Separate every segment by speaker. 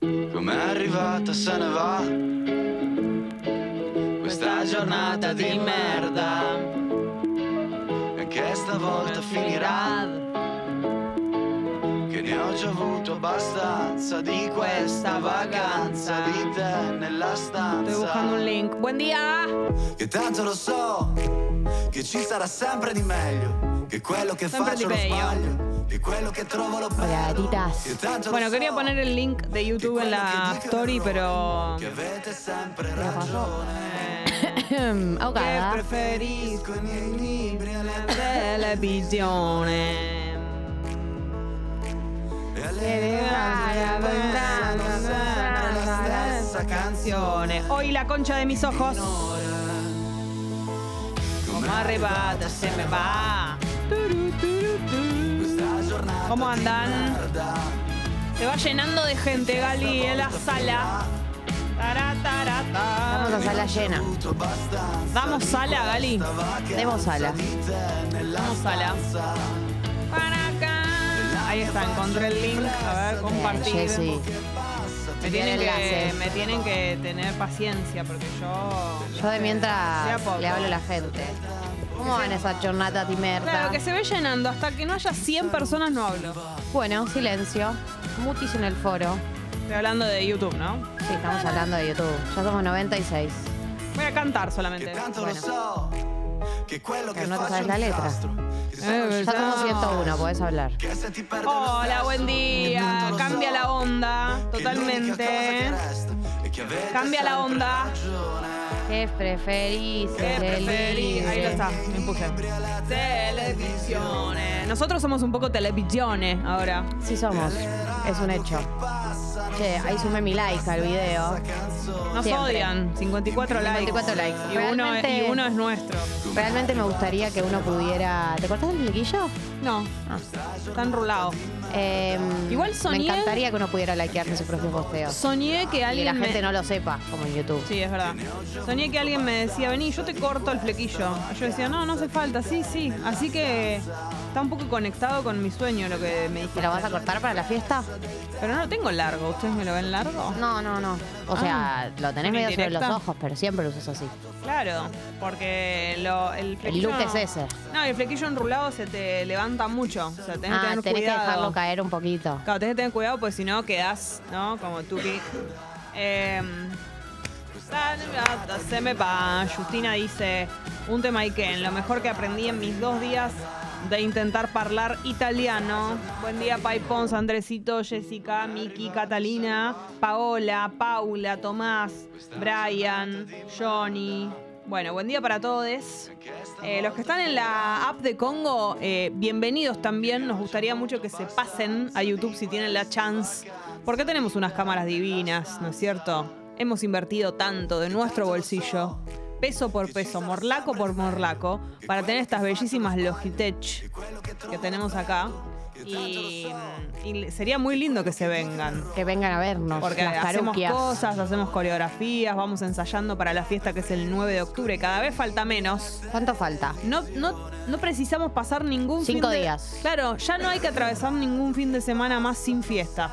Speaker 1: Com'è arrivata se ne va Questa giornata di merda Che stavolta finirà Che ne ho già avuto abbastanza Di questa vacanza Di te nella
Speaker 2: Estoy buscando un
Speaker 1: stanza
Speaker 2: link. Buen día.
Speaker 1: Che tanto lo so Che ci sarà sempre di meglio Che quello che
Speaker 2: Sempre
Speaker 1: faccio
Speaker 2: di
Speaker 1: lo
Speaker 2: meglio.
Speaker 1: sbaglio Che quello che trovo lo
Speaker 3: Hola,
Speaker 1: bello
Speaker 3: Adidas.
Speaker 1: Che tanto lo
Speaker 2: Bueno, quería
Speaker 1: so
Speaker 2: poner el link de YouTube en la story, pero. eh,
Speaker 1: Che avete sempre
Speaker 3: Pero pasó.
Speaker 1: ragione
Speaker 2: Que
Speaker 3: Em, Ahogada.
Speaker 2: preferisco
Speaker 1: Con i miei libri
Speaker 2: la
Speaker 1: alle
Speaker 2: televisione.
Speaker 1: e alle
Speaker 2: Sono sempre la stessa canzone. Hoy la concha de mis ojos. Como arrebata, se me va. Turu, turu, turu. ¿Cómo andan? Se va llenando de gente, Gali, en la sala. Tará, tará, tará.
Speaker 3: Vamos a sala llena.
Speaker 2: Vamos sala, Gali.
Speaker 3: Demos sala.
Speaker 2: Vamos sala. Para acá. Ahí está, encontré el link. A ver, compartir.
Speaker 3: Jessy.
Speaker 2: Me tienen, que,
Speaker 3: enlaces.
Speaker 2: me tienen que tener paciencia porque yo.
Speaker 3: Yo de
Speaker 2: De a
Speaker 3: mientras
Speaker 2: poco.
Speaker 3: le hablo a la gente. ¿Cómo van esas jornadas de merda?
Speaker 2: Claro, que se ve llenando. Hasta que no haya 100 personas no hablo.
Speaker 3: Bueno, silencio. Mutis en el foro.
Speaker 2: Estoy hablando de YouTube, ¿no?
Speaker 3: Sí, estamos hablando de YouTube. Ya somos 96.
Speaker 2: Voy a cantar solamente.
Speaker 1: Che tanto lo
Speaker 3: Bueno.
Speaker 1: so che quello che
Speaker 3: Pero no te
Speaker 1: faccio è
Speaker 3: sabes
Speaker 1: un
Speaker 3: la letra.
Speaker 1: disastro, che sono
Speaker 2: Eh,
Speaker 1: un
Speaker 3: Ya somos
Speaker 2: No.
Speaker 3: 101, podés hablar.
Speaker 1: che se ti perde lo
Speaker 2: Hola,
Speaker 1: stesso,
Speaker 2: buen
Speaker 1: che tanto
Speaker 2: día.
Speaker 1: lo
Speaker 2: Cambia
Speaker 1: so,
Speaker 2: la onda.
Speaker 1: che l'unica
Speaker 2: Totalmente. ¿eh?
Speaker 1: cosa che resta è che avete
Speaker 2: Cambia la
Speaker 1: sempre
Speaker 2: onda.
Speaker 1: ragione.
Speaker 3: ¿Qué preferís?
Speaker 2: ¿Qué preferís? Ahí lo está, me empuje. Televisiones. Nosotros somos un poco televisiones ahora.
Speaker 3: Sí somos. Es un hecho. Che, ahí sumé mi like al video.
Speaker 2: Nos
Speaker 3: Siempre.
Speaker 2: odian. 54 likes.
Speaker 3: 54 likes.
Speaker 2: Y uno, es-
Speaker 3: Realmente-
Speaker 2: y uno es nuestro.
Speaker 3: Realmente me gustaría que uno pudiera... ¿Te cortaste el flequillo?
Speaker 2: No,
Speaker 3: Ah.
Speaker 2: están rulados.
Speaker 3: Em,
Speaker 2: Igual soñé-
Speaker 3: Me encantaría que uno pudiera likearse sus propios posteos.
Speaker 2: Soñé que
Speaker 3: Y que la
Speaker 2: alguien.
Speaker 3: gente
Speaker 2: me-
Speaker 3: no lo sepa, como en YouTube.
Speaker 2: Sí, es verdad. Soñé que alguien me decía, vení, yo te corto el flequillo. Yo decía, no, no hace falta, sí, sí. Así que está un poco conectado con mi sueño lo que me dijiste.
Speaker 3: ¿Te lo vas a cortar para la fiesta?
Speaker 2: Pero no lo tengo largo. ¿Ustedes me lo ven largo?
Speaker 3: No, no, no. O sea,
Speaker 2: Ah.
Speaker 3: lo tenés
Speaker 2: ¿Una
Speaker 3: medio sobre los
Speaker 2: indirecta?
Speaker 3: ojos, pero siempre lo usas así.
Speaker 2: Claro, porque lo- el
Speaker 3: El
Speaker 2: flequillo.
Speaker 3: look es ese.
Speaker 2: No, el flequillo enrulado se te levanta mucho. O sea, tenés
Speaker 3: ah,
Speaker 2: que tener
Speaker 3: tenés
Speaker 2: cuidado.
Speaker 3: que dejarlo caer un poquito.
Speaker 2: Claro, tenés que tener cuidado porque si no quedás, ¿no? Como tupi. Eh, se me va. Justina dice, un tema Iken, lo mejor que aprendí en mis dos días de intentar hablar italiano. Buen día, Pai Pons, Andresito, Jessica, Miki, Catalina, Paola, Paula, Tomás, Brian, Johnny. Bueno, buen día para todos. Eh, los que están en la app de Congo, eh, bienvenidos también. Nos gustaría mucho que se pasen a YouTube si tienen la chance. Porque tenemos unas cámaras divinas, ¿no es cierto? Hemos invertido tanto de nuestro bolsillo, peso por peso, morlaco por morlaco, para tener estas bellísimas Logitech que tenemos acá. Y, y sería muy lindo que se vengan.
Speaker 3: Que vengan a vernos.
Speaker 2: Porque
Speaker 3: las
Speaker 2: hacemos
Speaker 3: caruquias.
Speaker 2: cosas, hacemos coreografías, vamos ensayando para la fiesta que es el 9 de octubre. Cada vez falta menos.
Speaker 3: ¿Cuánto falta?
Speaker 2: No, no, no precisamos pasar ningún
Speaker 3: Cinco
Speaker 2: fin de-
Speaker 3: días.
Speaker 2: Claro, ya no hay que atravesar ningún fin de semana más sin fiesta.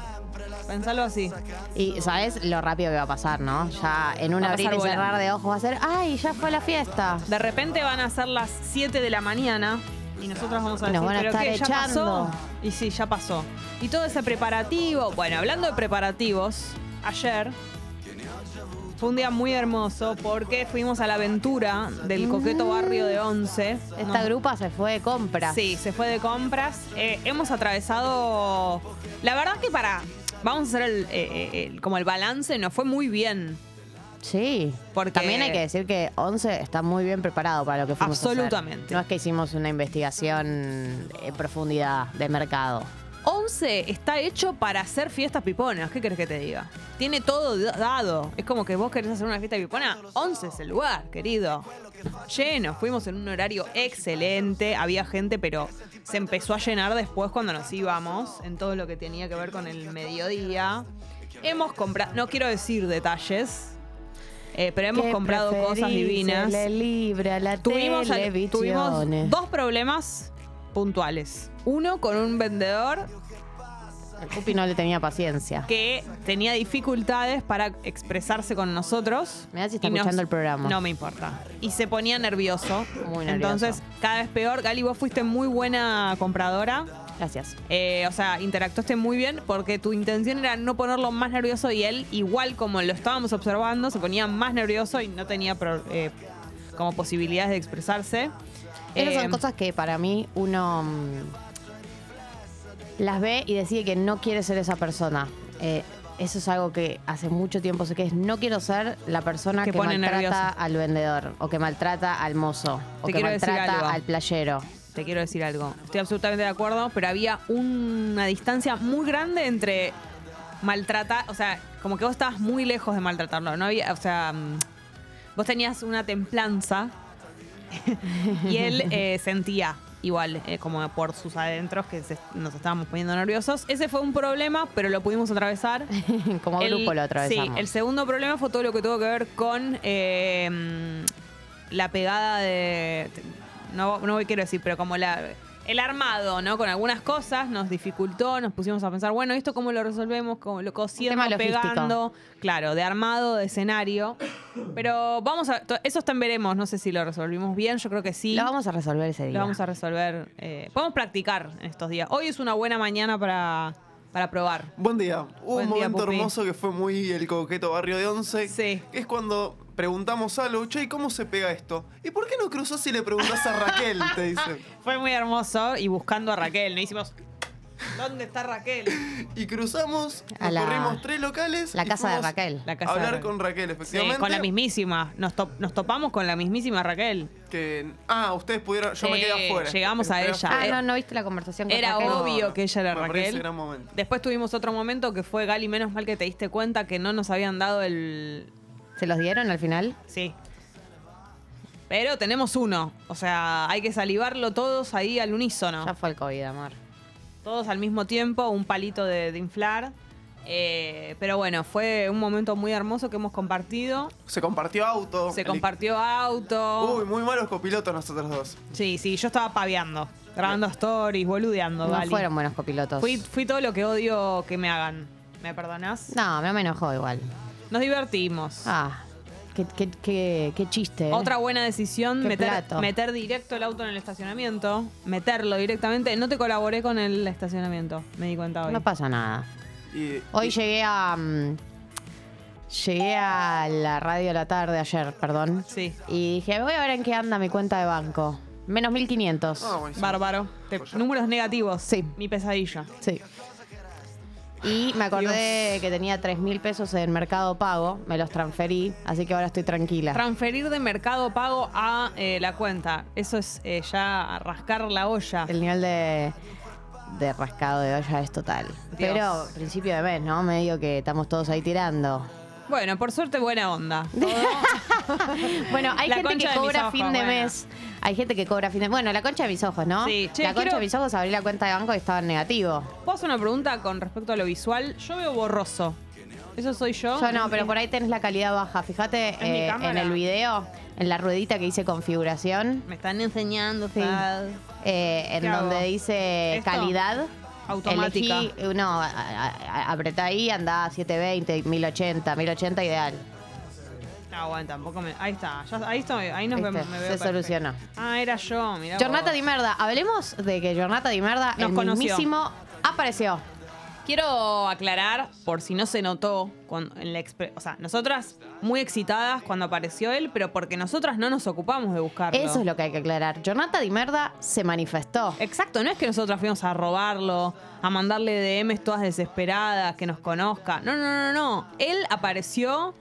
Speaker 2: Pensalo así.
Speaker 3: Y sabes lo rápido que va a pasar, ¿no? Ya en un
Speaker 2: Va a
Speaker 3: abrir
Speaker 2: pasar
Speaker 3: y
Speaker 2: volando.
Speaker 3: cerrar de ojos va a ser, ¡ay, ya fue la fiesta!
Speaker 2: De repente van a ser las 7 de la mañana y nosotros vamos a
Speaker 3: Nos
Speaker 2: decir,
Speaker 3: van a
Speaker 2: ¿pero
Speaker 3: estar
Speaker 2: qué? ¿Ya
Speaker 3: echando".
Speaker 2: pasó? Y sí, ya pasó. Y todo ese preparativo. Bueno, hablando de preparativos, ayer fue un día muy hermoso porque fuimos a la aventura del coqueto barrio de Once.
Speaker 3: Esta
Speaker 2: ¿no?
Speaker 3: grupa se fue de compras.
Speaker 2: Sí, se fue de compras. Eh, hemos atravesado. La verdad que para. Vamos a hacer el, eh, eh, el- como el balance, nos fue muy bien.
Speaker 3: Sí.
Speaker 2: Porque-
Speaker 3: También hay que decir que 11 está muy bien preparado para lo que fuimos a hacer.
Speaker 2: Absolutamente.
Speaker 3: No es que hicimos una investigación en profundidad de mercado.
Speaker 2: 11 está hecho para hacer fiestas piponas. ¿Qué querés que te diga? Tiene todo da- dado. Es como que vos querés hacer una fiesta pipona. 11 es el lugar, querido. Lleno. Fuimos en un horario excelente. Había gente, pero se empezó a llenar después cuando nos íbamos. En todo lo que tenía que ver con el mediodía. Hemos comprado. No quiero decir detalles. eh, pero hemos
Speaker 3: ¿Qué
Speaker 2: comprado cosas
Speaker 3: preferís,
Speaker 2: divinas.
Speaker 3: el libre a la
Speaker 2: Tuvimos,
Speaker 3: televisión?
Speaker 2: tuvimos dos problemas puntuales. Uno con un vendedor
Speaker 3: Upi no le tenía paciencia.
Speaker 2: que tenía dificultades para expresarse con nosotros.
Speaker 3: Mirá si está
Speaker 2: Y nos-
Speaker 3: escuchando el programa.
Speaker 2: No me importa. Y se ponía nervioso.
Speaker 3: Muy nervioso.
Speaker 2: Entonces, cada vez peor. Gali, vos fuiste muy buena compradora.
Speaker 3: Gracias.
Speaker 2: Eh, o sea, interactuaste muy bien porque tu intención era no ponerlo más nervioso y él, igual como lo estábamos observando, se ponía más nervioso y no tenía pro- eh, como posibilidades de expresarse.
Speaker 3: Esas
Speaker 2: Eh,
Speaker 3: son cosas que para mí uno mm, las ve y decide que no quiere ser esa persona. Eh, eso es algo que hace mucho tiempo sé que es no quiero ser la persona
Speaker 2: Que
Speaker 3: que,
Speaker 2: pone
Speaker 3: maltrata
Speaker 2: nervioso.
Speaker 3: al vendedor o que maltrata al mozo o
Speaker 2: Te
Speaker 3: que
Speaker 2: quiero decir algo.
Speaker 3: maltrata al playero.
Speaker 2: Te quiero decir algo. Estoy absolutamente de acuerdo, pero había una distancia muy grande entre maltratar, o sea, como que vos estabas muy lejos de maltratarlo. No había, o sea, mm, vos tenías una templanza y él eh, sentía igual, eh, como por sus adentros, que se- nos estábamos poniendo nerviosos. Ese fue un problema, pero lo pudimos atravesar.
Speaker 3: Como
Speaker 2: El-
Speaker 3: grupo lo atravesamos.
Speaker 2: Sí, el segundo problema fue todo lo que tuvo que ver con eh, mm, la pegada de. No, no quiero decir, pero como la. El armado, ¿no? Con algunas cosas nos dificultó, nos pusimos a pensar, bueno, ¿esto cómo lo resolvemos? ¿Cómo lo cosiendo,
Speaker 3: tema logístico.
Speaker 2: pegando? Claro, de armado, de escenario. Pero vamos a. to- Eso está en veremos, no sé si lo resolvimos bien, yo creo que sí.
Speaker 3: Lo vamos a resolver ese día.
Speaker 2: Lo vamos a resolver. eh, podemos practicar en estos días. Hoy es una buena mañana para, para probar.
Speaker 4: Buen día. Hubo
Speaker 2: Buen
Speaker 4: un
Speaker 2: día,
Speaker 4: momento
Speaker 2: Pupi.
Speaker 4: hermoso que fue muy el coqueto barrio de Once.
Speaker 2: Sí.
Speaker 4: que Es cuando preguntamos algo, che, ¿y cómo se pega esto? ¿Y por qué no cruzás si le preguntás a Raquel? Te dicen.
Speaker 2: Fue muy hermoso y buscando a Raquel, no hicimos. ¿Dónde está Raquel?
Speaker 4: Y cruzamos,
Speaker 3: A
Speaker 4: nos
Speaker 3: la-
Speaker 4: corrimos tres locales.
Speaker 3: La
Speaker 4: y
Speaker 3: casa de
Speaker 4: fuimos
Speaker 3: Raquel.
Speaker 2: La
Speaker 4: a
Speaker 2: casa de
Speaker 4: hablar
Speaker 2: Raquel.
Speaker 4: con Raquel,
Speaker 2: Sí,
Speaker 4: efectivamente.
Speaker 2: Eh, con la mismísima. Nos, top- nos topamos con la mismísima Raquel.
Speaker 4: Que, ah, ustedes pudieron. Yo me
Speaker 2: Sí,
Speaker 4: quedé afuera.
Speaker 2: Eh, llegamos a
Speaker 4: Esperé
Speaker 2: ella.
Speaker 4: afuera.
Speaker 3: Ah, no, no viste la conversación con
Speaker 2: Era
Speaker 3: Raquel?
Speaker 4: No,
Speaker 2: obvio que ella era
Speaker 4: me parece
Speaker 2: Raquel.
Speaker 4: gran momento.
Speaker 2: Después tuvimos otro momento que fue Gali, menos mal que te diste cuenta que no nos habían dado el.
Speaker 3: ¿Se los dieron al final?
Speaker 2: Sí. Pero tenemos uno. O sea, hay que salivarlo todos ahí al unísono.
Speaker 3: Ya fue el COVID, amor.
Speaker 2: todos al mismo tiempo, un palito de, de inflar. Eh, pero bueno, fue un momento muy hermoso que hemos compartido.
Speaker 4: Se compartió auto.
Speaker 2: Se
Speaker 4: El-
Speaker 2: compartió auto.
Speaker 4: Uy, muy malos copilotos nosotros dos.
Speaker 2: Sí, sí, yo estaba paviando, grabando stories, boludeando,
Speaker 3: No
Speaker 2: Gali.
Speaker 3: fueron buenos copilotos.
Speaker 2: Fui, fui todo lo que odio que me hagan. ¿Me perdonás?
Speaker 3: No, no me enojó igual.
Speaker 2: Nos divertimos.
Speaker 3: Ah, qué, qué- qué- qué chiste. ¿eh?
Speaker 2: Otra buena decisión,
Speaker 3: Qué
Speaker 2: meter,
Speaker 3: plato.
Speaker 2: meter directo el auto en el estacionamiento. Meterlo directamente. No te colaboré con el estacionamiento, me di cuenta hoy.
Speaker 3: No pasa nada.
Speaker 4: Y,
Speaker 3: Hoy
Speaker 4: y-
Speaker 3: llegué a. mm, llegué a la radio a la tarde ayer, perdón.
Speaker 2: Sí.
Speaker 3: Y dije, voy a ver en qué anda mi cuenta de banco. Menos 1500.
Speaker 4: Ah, buenísimo.
Speaker 2: Bárbaro. Te-
Speaker 4: Joya.
Speaker 2: números negativos.
Speaker 3: Sí.
Speaker 2: Mi pesadilla.
Speaker 3: Sí. Y me acordé que tenía 3000 pesos en Mercado Pago. Me los transferí, así que ahora estoy tranquila.
Speaker 2: Transferir de mercado pago a eh, la cuenta. Eso es eh, ya rascar la olla.
Speaker 3: El nivel de, de rascado de olla es total. Pero principio de mes, ¿no? Medio que estamos todos ahí tirando.
Speaker 2: Bueno, por suerte, buena onda.
Speaker 3: Bueno, hay
Speaker 2: La
Speaker 3: gente
Speaker 2: concha
Speaker 3: que
Speaker 2: de mis
Speaker 3: cobra
Speaker 2: ojos,
Speaker 3: fin de
Speaker 2: bueno.
Speaker 3: mes. Hay gente que cobra fin de Bueno, la concha de mis ojos, ¿no?
Speaker 2: Sí. Che,
Speaker 3: la concha
Speaker 2: quiero-
Speaker 3: de mis ojos abrí la cuenta de banco y estaba en negativo.
Speaker 2: ¿Puedo hacer una pregunta con respecto a lo visual? Yo veo borroso. ¿Eso soy yo?
Speaker 3: Yo no, pero por ahí tenés la calidad baja. Fíjate
Speaker 2: Oh, mi
Speaker 3: eh, en
Speaker 2: cámara.
Speaker 3: el video, en la ruedita que dice configuración,
Speaker 2: Me están enseñando,
Speaker 3: Sí.
Speaker 2: Fad.
Speaker 3: eh, en
Speaker 2: ¿Qué hago?
Speaker 3: donde dice
Speaker 2: ¿Esto?
Speaker 3: calidad.
Speaker 2: Automática.
Speaker 3: Elegí, eh, no, a- a- a- apretá ahí, andá a 720, 1080, 1080 ideal.
Speaker 2: No, aguanta, tampoco me. Ahí está. ya- ahí, estoy, ahí nos
Speaker 3: Viste,
Speaker 2: vemos. me veo
Speaker 3: se
Speaker 2: perfecto.
Speaker 3: solucionó.
Speaker 2: Ah, era yo, mirá.
Speaker 3: Jornata
Speaker 2: vos.
Speaker 3: Di Merda, hablemos de que Jornata Di Merda,
Speaker 2: Nos
Speaker 3: el
Speaker 2: conoció.
Speaker 3: mismísimo, apareció.
Speaker 2: Quiero aclarar, por si no se notó, cuando- en la expre- o sea, nosotras muy excitadas cuando apareció él, pero porque nosotras no nos ocupamos de buscarlo.
Speaker 3: Eso es lo que hay que aclarar. Jonathan Di Merda se manifestó.
Speaker 2: Exacto, no es que nosotras fuimos a robarlo, a mandarle DMs todas desesperadas, que nos conozca. No, no, no, no. Él apareció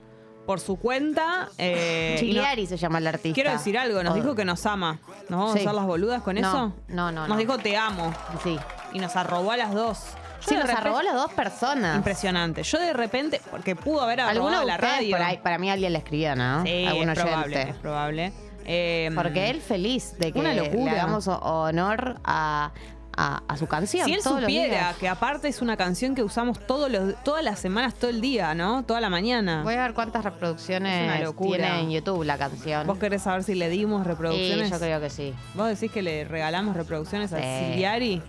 Speaker 2: por su cuenta. eh, y no-
Speaker 3: Chiliari se llama el artista.
Speaker 2: quiero decir algo, nos
Speaker 3: Oh.
Speaker 2: dijo que nos ama. ¿Nos vamos
Speaker 3: Sí.
Speaker 2: a hacer las boludas con
Speaker 3: No,
Speaker 2: eso?
Speaker 3: no, no,
Speaker 2: Nos
Speaker 3: no.
Speaker 2: dijo te amo
Speaker 3: Sí.
Speaker 2: y nos arrobó a las dos. Yo
Speaker 3: Sí,
Speaker 2: de
Speaker 3: nos
Speaker 2: repente-
Speaker 3: arrobó las dos personas.
Speaker 2: Impresionante. Yo de repente, porque pudo haber
Speaker 3: Alguno
Speaker 2: arrobado
Speaker 3: de
Speaker 2: la
Speaker 3: ustedes
Speaker 2: radio.
Speaker 3: por ahí, para mí alguien le escribió, ¿no?
Speaker 2: Sí,
Speaker 3: Algún
Speaker 2: es probable,
Speaker 3: oyente.
Speaker 2: es probable. Eh,
Speaker 3: Porque él feliz de que
Speaker 2: Una locura.
Speaker 3: le hagamos o- honor a, a- a su canción.
Speaker 2: Si él
Speaker 3: todos los
Speaker 2: supiera
Speaker 3: días.
Speaker 2: que aparte es una canción que usamos todos los, todas las semanas, todo el día, ¿no? Toda la mañana.
Speaker 3: Voy a ver cuántas reproducciones
Speaker 2: Es una locura.
Speaker 3: tiene en YouTube la canción.
Speaker 2: ¿Vos querés saber si le dimos
Speaker 3: Sí,
Speaker 2: reproducciones?
Speaker 3: yo creo que sí.
Speaker 2: ¿Vos decís que le regalamos reproducciones a
Speaker 3: Sí.
Speaker 2: Siliari?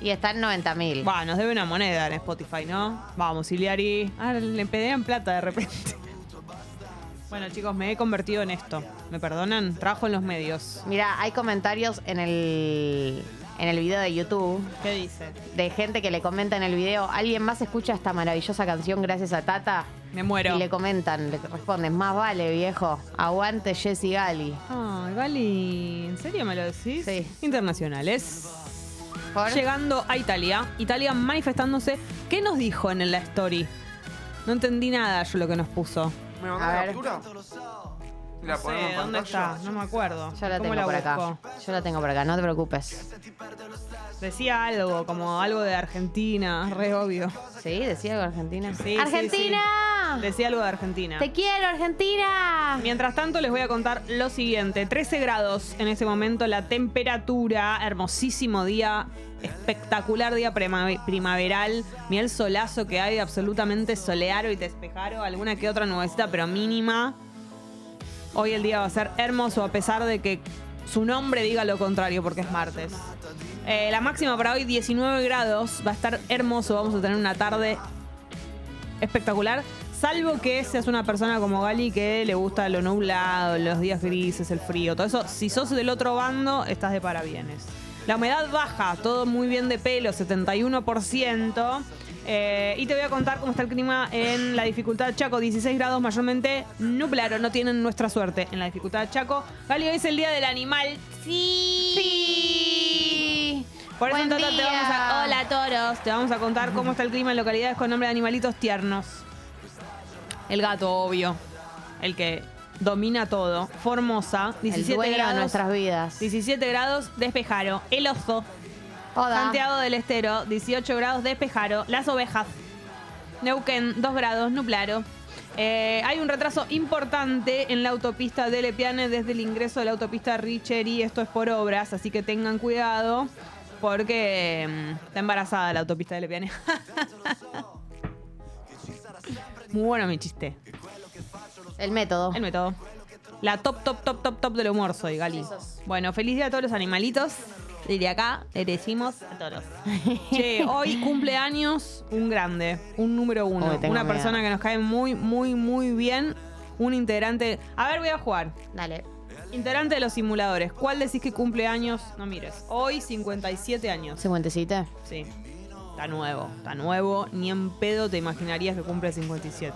Speaker 3: Y está en 90 mil.
Speaker 2: Va, nos debe una moneda en Spotify, ¿no? Vamos, Iliari. Ah, le pedían plata de repente. Bueno, chicos, me he convertido en esto. ¿Me perdonan? Trabajo en los medios.
Speaker 3: Mira, hay comentarios en el, en el video de YouTube
Speaker 2: ¿Qué dice?
Speaker 3: de gente que le comenta en el video, ¿alguien más escucha esta maravillosa canción gracias a Tata?
Speaker 2: Me muero.
Speaker 3: Y le comentan, le responden, más vale, viejo, aguante Jesse Gali.
Speaker 2: Ay, Gali, ¿en serio me lo decís?
Speaker 3: Sí.
Speaker 2: Internacionales.
Speaker 3: Por-
Speaker 2: Llegando a Italia, Italia manifestándose. ¿Qué nos dijo en la story? No entendí nada yo lo que nos puso.
Speaker 4: ¿Me
Speaker 3: A
Speaker 4: mandaron la
Speaker 3: ver.
Speaker 4: captura?
Speaker 2: No
Speaker 4: ¿La
Speaker 2: sé,
Speaker 4: ponemos en
Speaker 2: ¿dónde
Speaker 4: pantalla?
Speaker 2: está? No me acuerdo.
Speaker 3: Yo la
Speaker 2: ¿Cómo
Speaker 3: tengo por acá.
Speaker 2: busco?
Speaker 3: Yo la tengo por acá, no te preocupes.
Speaker 2: Decía algo, como algo de Argentina, re obvio.
Speaker 3: ¿Sí? ¿Decía algo Argentina?
Speaker 2: Sí, sí,
Speaker 3: ¡Argentina!
Speaker 2: sí. Decía algo de Argentina.
Speaker 3: ¡Te quiero, Argentina!
Speaker 2: Mientras tanto, les voy a contar lo siguiente. 13 grados en ese momento, la temperatura, hermosísimo día, espectacular día prema- primaveral. Mira el solazo que hay, absolutamente solearo y despejaro, alguna que otra nubecita, pero mínima. Hoy el día va a ser hermoso, a pesar de que su nombre diga lo contrario, porque es martes. Eh, la máxima para hoy, 19 grados, va a estar hermoso, vamos a tener una tarde espectacular. Salvo que seas una persona como Gali que le gusta lo nublado, los días grises, el frío, todo eso. Si sos del otro bando, estás de parabienes. La humedad baja, todo muy bien de pelo, 71%. Eh, y te voy a contar cómo está el clima en la dificultad Chaco. 16 grados mayormente nublado, no tienen nuestra suerte en la dificultad Chaco. Gali, hoy es el día del animal.
Speaker 3: ¡Sí!
Speaker 2: Por eso,
Speaker 3: Buen
Speaker 2: Tata, te
Speaker 3: día.
Speaker 2: vamos a... Hola, toros. Te vamos a contar cómo está el clima en localidades con nombre de animalitos tiernos. El gato, obvio. El que domina todo. Formosa, 17
Speaker 3: el dueño
Speaker 2: grados.
Speaker 3: de nuestras vidas.
Speaker 2: 17 grados, despejaro. El oso,
Speaker 3: Oda.
Speaker 2: Santiago del Estero, 18 grados, despejaro. Las ovejas, Neuquén, 2 grados, nublaro. Eh, hay un retraso importante en la autopista de Lepiane desde el ingreso de la autopista Richeri. Esto es por obras, así que tengan cuidado porque mm, está embarazada la autopista de Lepiane. Muy bueno mi chiste.
Speaker 3: El método.
Speaker 2: El método. La top, top, top, top, top del humor soy, Gali. Bueno, feliz día a todos los animalitos. Y de acá le decimos a todos. Che, hoy cumpleaños un grande, un número uno.
Speaker 3: Uy, tengo
Speaker 2: una
Speaker 3: miedo.
Speaker 2: persona que nos cae muy, muy, muy bien. Un integrante. A ver, voy a jugar.
Speaker 3: Dale.
Speaker 2: Integrante de los simuladores. ¿Cuál decís que cumple años? No mires. Hoy 57 años.
Speaker 3: 57.
Speaker 2: Sí. Está nuevo, está nuevo. Ni en pedo te imaginarías que cumple 57.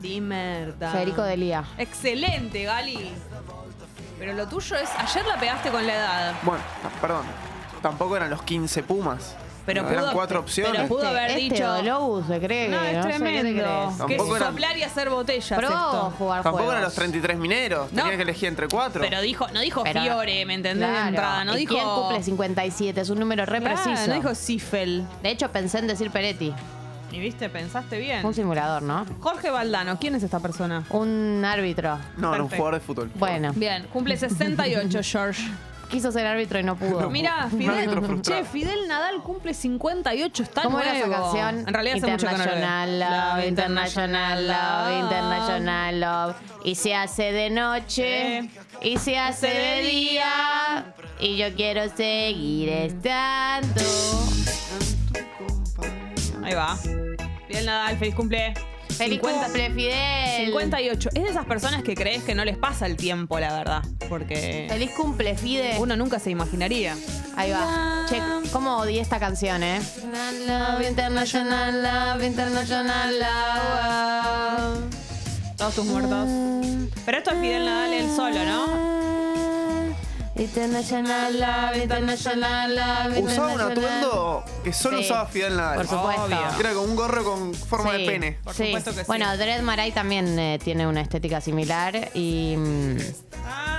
Speaker 2: Dime, verdad.
Speaker 3: Federico Delía.
Speaker 2: Excelente, Gali. Pero lo tuyo es. Ayer la pegaste con la edad.
Speaker 4: Bueno, t- perdón. Tampoco eran los 15 Pumas.
Speaker 2: Pero
Speaker 4: eran
Speaker 2: pudo-
Speaker 4: cuatro opciones.
Speaker 2: pero pudo- haber
Speaker 3: este
Speaker 2: dicho-
Speaker 3: Olobus se cree
Speaker 2: No,
Speaker 3: que
Speaker 2: es
Speaker 3: no sé qué te
Speaker 2: tremendo.
Speaker 3: crees.
Speaker 2: Que es
Speaker 4: Tampoco era-
Speaker 2: soplar y hacer botellas.
Speaker 3: Probó
Speaker 2: esto.
Speaker 3: jugar
Speaker 4: Tampoco
Speaker 3: juegos.
Speaker 4: eran los 33 mineros.
Speaker 2: No.
Speaker 4: Tenías que elegir entre cuatro.
Speaker 2: Pero dijo, no dijo
Speaker 3: Pero-
Speaker 2: Fiore, ¿me entendés? de
Speaker 3: Claro.
Speaker 2: entrada. No
Speaker 3: ¿Y
Speaker 2: dijo.
Speaker 3: ¿Quién cumple 57? Es un número re
Speaker 2: Claro,
Speaker 3: preciso.
Speaker 2: No dijo Sifel.
Speaker 3: De hecho, pensé en decir Peretti.
Speaker 2: Y viste, pensaste bien.
Speaker 3: Un simulador, ¿no?
Speaker 2: Jorge Valdano, ¿quién es esta persona?
Speaker 3: Un árbitro.
Speaker 4: No, era un
Speaker 2: Perfecto.
Speaker 4: jugador de fútbol.
Speaker 3: Bueno,
Speaker 2: Bien, cumple 68, George.
Speaker 3: quiso ser árbitro y no pudo.
Speaker 2: Mira,
Speaker 4: Un árbitro
Speaker 2: Fidel,
Speaker 4: frustrado.
Speaker 2: che, Fidel Nadal cumple 58, está
Speaker 3: ¿Cómo
Speaker 2: nuevo.
Speaker 3: era esa canción?
Speaker 2: En realidad hace mucho que no lo veo.
Speaker 3: International Love, International Love, International Love. Y se hace de noche,
Speaker 2: Sí.
Speaker 3: y se hace de día, y yo quiero seguir estando.
Speaker 2: Ahí va. Fidel Nadal, feliz cumple.
Speaker 3: Feliz
Speaker 2: 50,
Speaker 3: cumple, Fidel.
Speaker 2: 58. Es de esas personas que crees que no les pasa el tiempo, la verdad. Porque
Speaker 3: Feliz cumple, Fide.
Speaker 2: uno nunca se imaginaría.
Speaker 3: Ahí va. Che, cómo odié esta canción, ¿eh? Love, International Love, International Love.
Speaker 2: Todos tus muertos. Pero esto es Fidel Nadal él solo, ¿no?
Speaker 3: International Love, International Love.
Speaker 4: Usaba un
Speaker 3: international-
Speaker 4: atuendo que solo
Speaker 3: Sí.
Speaker 4: usaba Fidel Nadal.
Speaker 3: Por supuesto.
Speaker 2: Obvio.
Speaker 4: Era con un gorro con forma
Speaker 3: Sí,
Speaker 4: de pene.
Speaker 2: Por
Speaker 3: sí.
Speaker 2: supuesto que sí.
Speaker 3: Bueno, Dread Marai también eh, tiene una estética similar y mm,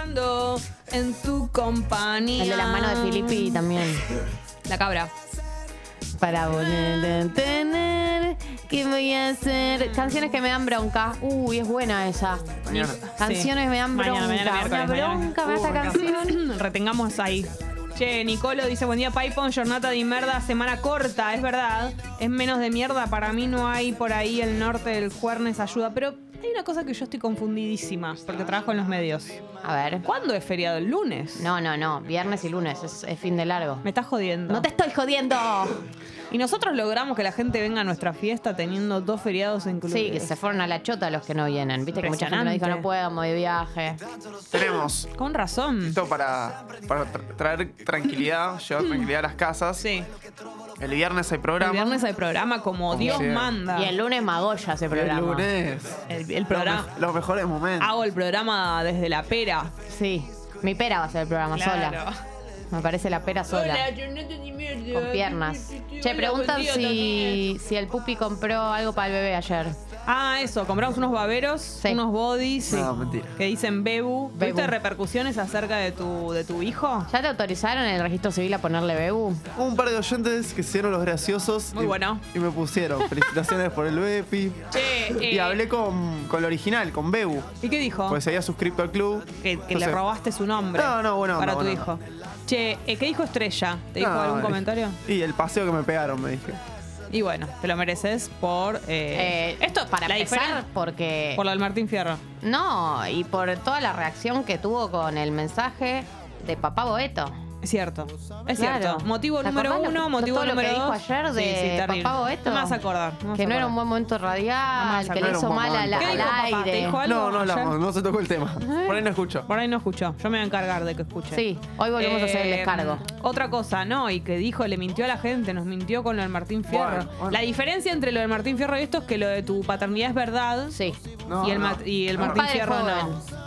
Speaker 2: Ando en tu compañía.
Speaker 3: el de las manos de Filippi también.
Speaker 2: La cabra.
Speaker 3: Para volver a tener, ¿qué voy a hacer? Canciones que me dan bronca. Uy, es buena esa.
Speaker 4: Mañana.
Speaker 3: Canciones me dan
Speaker 2: Mañana,
Speaker 3: bronca.
Speaker 2: mañana
Speaker 3: una
Speaker 2: miércoles, mañana.
Speaker 3: bronca me da esta canción.
Speaker 2: Retengamos ahí. Che, Nicolo dice, buen día, Python, jornada de merda, semana corta, es verdad. Es menos de mierda, para mí no hay por ahí el norte del Juernes ayuda, pero Hay una cosa que yo estoy confundidísima porque trabajo en los medios.
Speaker 3: A ver.
Speaker 2: ¿Cuándo es feriado? ¿El lunes?
Speaker 3: No, no, no. Viernes y lunes. Es, es fin de largo.
Speaker 2: Me estás jodiendo.
Speaker 3: No te estoy jodiendo.
Speaker 2: Y nosotros logramos que la gente venga a nuestra fiesta teniendo dos feriados incluidos.
Speaker 3: Sí, que se fueron a la chota los que no vienen. Viste que mucha gente nos dijo,
Speaker 2: Impresionante.
Speaker 3: no puedo, me voy de viaje.
Speaker 4: Tenemos
Speaker 2: Con razón.
Speaker 4: esto para, para tra- traer tranquilidad, llevar tranquilidad a las casas.
Speaker 2: Sí.
Speaker 4: El viernes hay
Speaker 2: El
Speaker 4: programa.
Speaker 2: viernes hay programa como Dios
Speaker 4: sea.
Speaker 2: manda.
Speaker 3: Y el lunes Magoya se
Speaker 4: El
Speaker 3: programa.
Speaker 4: lunes.
Speaker 2: El- el programa.
Speaker 4: Los mejores momentos.
Speaker 2: Hago el programa desde la pera.
Speaker 3: Sí. Mi pera va a ser el programa sola. Me parece la pera sola. Con piernas. Che, preguntan si, si el pupi compró algo para el bebé ayer.
Speaker 2: Ah, eso, compramos unos baberos, unos bodies
Speaker 4: No, mentira.
Speaker 2: que dicen Bebu. ¿Viste
Speaker 3: Bebu.
Speaker 2: repercusiones acerca de tu, de tu hijo?
Speaker 3: ¿Ya te autorizaron en el registro civil a ponerle bebu?
Speaker 4: Un par de oyentes que se hicieron los graciosos.
Speaker 2: Muy
Speaker 4: y,
Speaker 2: bueno.
Speaker 4: Y me pusieron felicitaciones por el Bepi.
Speaker 2: Che, eh,
Speaker 4: Y hablé con, con el original, con Bebu.
Speaker 2: ¿Y qué dijo?
Speaker 4: Pues se había suscrito al club.
Speaker 2: que que le
Speaker 4: Entonces,
Speaker 2: robaste su nombre.
Speaker 4: No, no, buena onda,
Speaker 2: Para tu
Speaker 4: buena
Speaker 2: hijo. Che, eh, ¿qué dijo Estrella? ¿Te dijo
Speaker 4: no,
Speaker 2: algún
Speaker 4: eh,
Speaker 2: comentario?
Speaker 4: Y el paseo que me pegaron, me dije.
Speaker 2: Y bueno, te lo mereces por. eh,
Speaker 3: Eh, esto para
Speaker 2: la
Speaker 3: empezar,
Speaker 2: diferen-
Speaker 3: porque.
Speaker 2: Por lo del Martín Fierro.
Speaker 3: No, y por toda la reacción que tuvo con el mensaje de papá Boeto.
Speaker 2: Es cierto. Es
Speaker 3: Claro.
Speaker 2: cierto. Motivo
Speaker 3: ¿Te
Speaker 2: número
Speaker 3: acordás lo-
Speaker 2: uno, motivo
Speaker 3: todo lo que
Speaker 2: número
Speaker 3: dijo
Speaker 2: dos.
Speaker 3: ayer de
Speaker 2: terrible.
Speaker 3: Papá Boeto?
Speaker 2: No me vas a acordar. me vas
Speaker 3: que
Speaker 2: a
Speaker 3: no era
Speaker 2: acordar.
Speaker 3: un buen momento
Speaker 2: No
Speaker 3: radial,
Speaker 2: me vas a
Speaker 3: que le
Speaker 4: acordar.
Speaker 3: hizo
Speaker 4: No era un
Speaker 3: mal
Speaker 4: buen
Speaker 3: a la-
Speaker 2: ¿Qué
Speaker 3: al
Speaker 2: dijo papá? ¿Te
Speaker 3: aire.
Speaker 2: dijo algo
Speaker 4: No, no
Speaker 2: ayer?
Speaker 4: hablamos, no se tocó el tema. Por ahí no escucho.
Speaker 2: Por ahí no escuchó. Yo me voy a encargar de que escuche.
Speaker 3: Sí, hoy volvemos a hacer el
Speaker 2: Eh,
Speaker 3: descargo.
Speaker 2: Otra cosa, ¿no? Y que dijo, le mintió a la gente, nos mintió con lo del Martín Fierro.
Speaker 4: Bueno, bueno.
Speaker 2: La diferencia entre lo del Martín Fierro y esto es que lo de tu paternidad es verdad.
Speaker 3: Sí.
Speaker 4: No,
Speaker 2: y el,
Speaker 4: no.
Speaker 2: Mat- y el
Speaker 4: No.
Speaker 2: Martín
Speaker 3: Padre
Speaker 2: Fierro no.
Speaker 3: joven.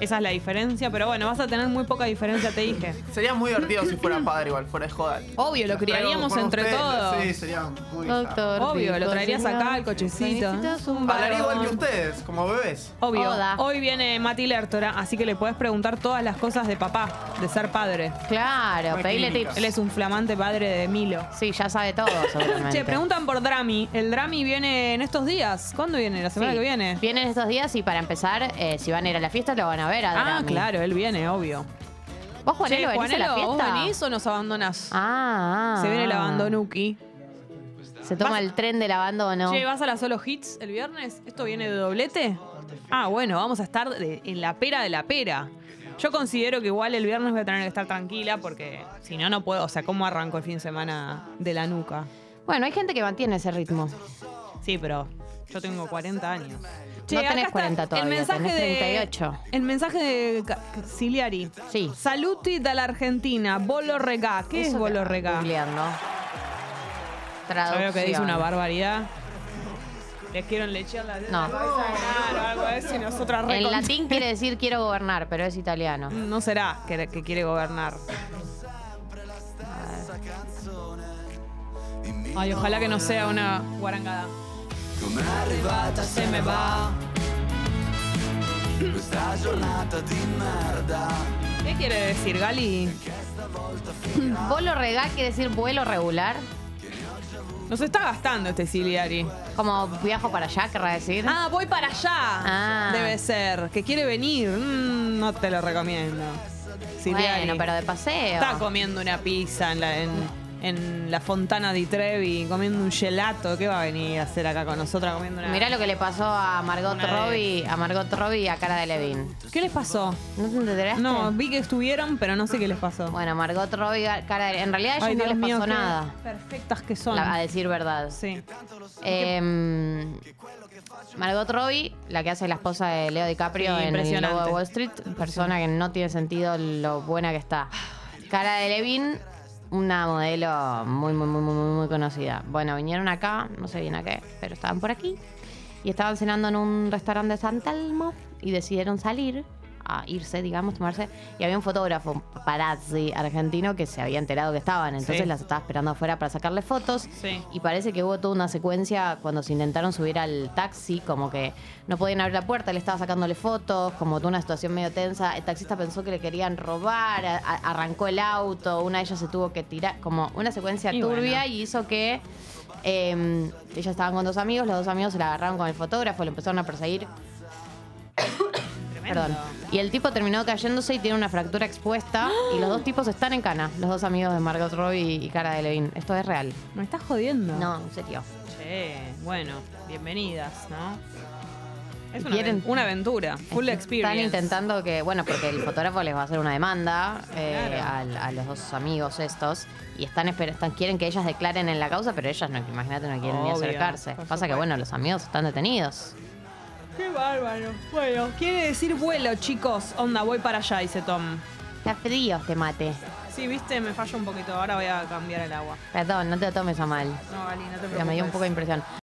Speaker 2: Esa es la diferencia, pero bueno, vas a tener muy poca diferencia, te dije.
Speaker 4: Sería muy divertido si fuera padre igual, fuera de joda.
Speaker 2: Obvio, lo
Speaker 4: Los traigo
Speaker 2: criaríamos
Speaker 4: con
Speaker 2: entre
Speaker 4: ustedes.
Speaker 2: todos.
Speaker 4: Sí, sería muy
Speaker 3: Doctor.
Speaker 2: Obvio, lo
Speaker 3: Dico,
Speaker 2: traerías
Speaker 3: señor,
Speaker 2: acá al cochecito.
Speaker 3: necesitas un
Speaker 4: Hablaría igual que
Speaker 3: varón.
Speaker 4: ustedes, como bebés.
Speaker 2: Obvio.
Speaker 3: Oda.
Speaker 2: Hoy viene Mati Lertora, así que le puedes preguntar todas las cosas de papá, de ser padre.
Speaker 3: Claro,
Speaker 4: Re
Speaker 3: pedile
Speaker 4: clínicas.
Speaker 3: tips.
Speaker 2: Él es un flamante padre de Milo.
Speaker 3: Sí, ya sabe todo, seguramente.
Speaker 2: Che, preguntan por Drami. ¿El Drami viene en estos días? ¿Cuándo viene? ¿La
Speaker 3: Sí.
Speaker 2: semana que viene?
Speaker 3: Vienen estos días y para empezar, eh, si van a ir a la fiesta, lo van a ver a
Speaker 2: Ah,
Speaker 3: Drami.
Speaker 2: claro, él viene, obvio.
Speaker 3: ¿Vos, Juanelo,
Speaker 2: Che,
Speaker 3: venís a la
Speaker 2: Juanelo, ¿vos
Speaker 3: fiesta?
Speaker 2: venís o nos abandonás?
Speaker 3: Ah, ah,
Speaker 2: Se viene el
Speaker 3: ah.
Speaker 2: abandonuki.
Speaker 3: Se toma el tren del abandono.
Speaker 2: Che, ¿vas a la solo hits el viernes? ¿Esto viene de doblete? Ah, bueno, vamos a estar de- en la pera de la pera. Yo considero que igual el viernes voy a tener que estar tranquila porque si no, no puedo. O sea, ¿cómo arranco el fin de semana de la nuca?
Speaker 3: Bueno, hay gente que mantiene ese ritmo.
Speaker 2: Sí, pero yo tengo 40 años.
Speaker 3: no
Speaker 2: acá
Speaker 3: tenés
Speaker 2: está
Speaker 3: 40 todavía,
Speaker 2: el mensaje
Speaker 3: tenés
Speaker 2: de-
Speaker 3: 38.
Speaker 2: el mensaje de Ca- Cagliari.
Speaker 3: Sí.
Speaker 2: Saluti dalla Argentina, Bolo Regá. ¿Qué es
Speaker 3: Eso
Speaker 2: Bolo
Speaker 3: que-
Speaker 2: Regá?
Speaker 3: googleando.
Speaker 2: Ya
Speaker 3: Traducción.
Speaker 2: veo que dice una barbaridad. Les quiero enlechar la
Speaker 3: No.
Speaker 2: Claro, algo así, nosotras
Speaker 3: En
Speaker 2: recont-
Speaker 3: latín quiere decir quiero gobernar, pero es italiano.
Speaker 2: No será que, que quiere gobernar. Ay, ojalá que no sea una guarangada.
Speaker 1: Com'è arrivata se me va Questa giornata di merda
Speaker 2: ¿Qué quiere decir, Gali?
Speaker 3: Bolo regá quiere decir vuelo regular.
Speaker 2: Nos está gastando este Siliari.
Speaker 3: Como viajo para allá, querrá decir.
Speaker 2: Ah, voy para allá.
Speaker 3: Ah.
Speaker 2: Debe ser. Que quiere venir. Mm, no te lo recomiendo. Siliari.
Speaker 3: bueno, pero de paseo.
Speaker 2: Está comiendo una pizza en la, en, en la fontana di Trevi, comiendo un gelato. ¿Qué va a venir a hacer acá con nosotras comiendo una
Speaker 3: Mirá lo que le pasó a Margot
Speaker 2: Una de-
Speaker 3: Robbie, a Margot Robbie y a Cara de Levin.
Speaker 2: ¿Qué les pasó?
Speaker 3: ¿No te enteraste?
Speaker 2: No, vi que estuvieron, pero no sé qué les pasó.
Speaker 3: Bueno, Margot Robbie, Cara de En realidad a ellos
Speaker 2: Ay,
Speaker 3: no
Speaker 2: Dios
Speaker 3: les
Speaker 2: mío,
Speaker 3: pasó
Speaker 2: qué
Speaker 3: nada.
Speaker 2: Perfectas que son.
Speaker 3: la- a decir verdad.
Speaker 2: Sí.
Speaker 3: Em, Margot Robbie, la que hace la esposa de Leo DiCaprio
Speaker 2: Sí,
Speaker 3: en el
Speaker 2: impresionante.
Speaker 3: Lobo de Wall Street, persona que no tiene sentido lo buena que está. Cara de Levin, una modelo muy, muy, muy, muy, muy, muy conocida. Bueno, vinieron acá, no sé bien a qué, pero estaban por aquí y estaban cenando en un restaurante de San Telmo y decidieron salir a irse, digamos, tomarse. Y había un fotógrafo, un paparazzi argentino, que se había enterado que estaban, entonces
Speaker 2: Sí.
Speaker 3: las estaba esperando afuera para sacarle fotos.
Speaker 2: Sí.
Speaker 3: Y parece que hubo toda una secuencia cuando se intentaron subir al taxi, como que no podían abrir la puerta, le estaba sacándole fotos, como toda una situación medio tensa. El taxista pensó que le querían robar, a- a- arrancó el auto, una de ellas se tuvo que tirar, como una secuencia
Speaker 2: Y
Speaker 3: turbia
Speaker 2: bueno.
Speaker 3: y hizo que eh, ellas estaban con dos amigos, los dos amigos se la agarraron con el fotógrafo, lo empezaron a perseguir. Perdón. Y el tipo terminó cayéndose y tiene una fractura expuesta.
Speaker 2: ¡Ah!
Speaker 3: Y los dos tipos están en cana, los dos amigos de Margot Robbie y Cara de Levin. Esto es real.
Speaker 2: Me estás jodiendo.
Speaker 3: No, en serio.
Speaker 2: Che, bueno, bienvenidas, ¿no? Es una,
Speaker 3: Quieren-
Speaker 2: aven- una aventura, full
Speaker 3: Están
Speaker 2: experience.
Speaker 3: intentando que, bueno, porque el fotógrafo les va a hacer una demanda eh,
Speaker 2: Claro.
Speaker 3: al- a, los dos amigos estos y están, esper- están quieren que ellas declaren en la causa, pero ellas no, imagínate, no quieren ni
Speaker 2: Obvio,
Speaker 3: acercarse.
Speaker 2: por
Speaker 3: Pasa que
Speaker 2: supuesto.
Speaker 3: bueno, los amigos están detenidos.
Speaker 2: Qué bárbaro. Bueno, quiere decir vuelo, chicos. Onda, voy para allá, dice Tom.
Speaker 3: Está frío este mate.
Speaker 2: Sí, viste, me falla un poquito. Ahora voy a cambiar el agua.
Speaker 3: Perdón, no te lo tomes a mal.
Speaker 2: No, Gali, no te
Speaker 3: Pero
Speaker 2: preocupes.
Speaker 3: me dio un poco de impresión.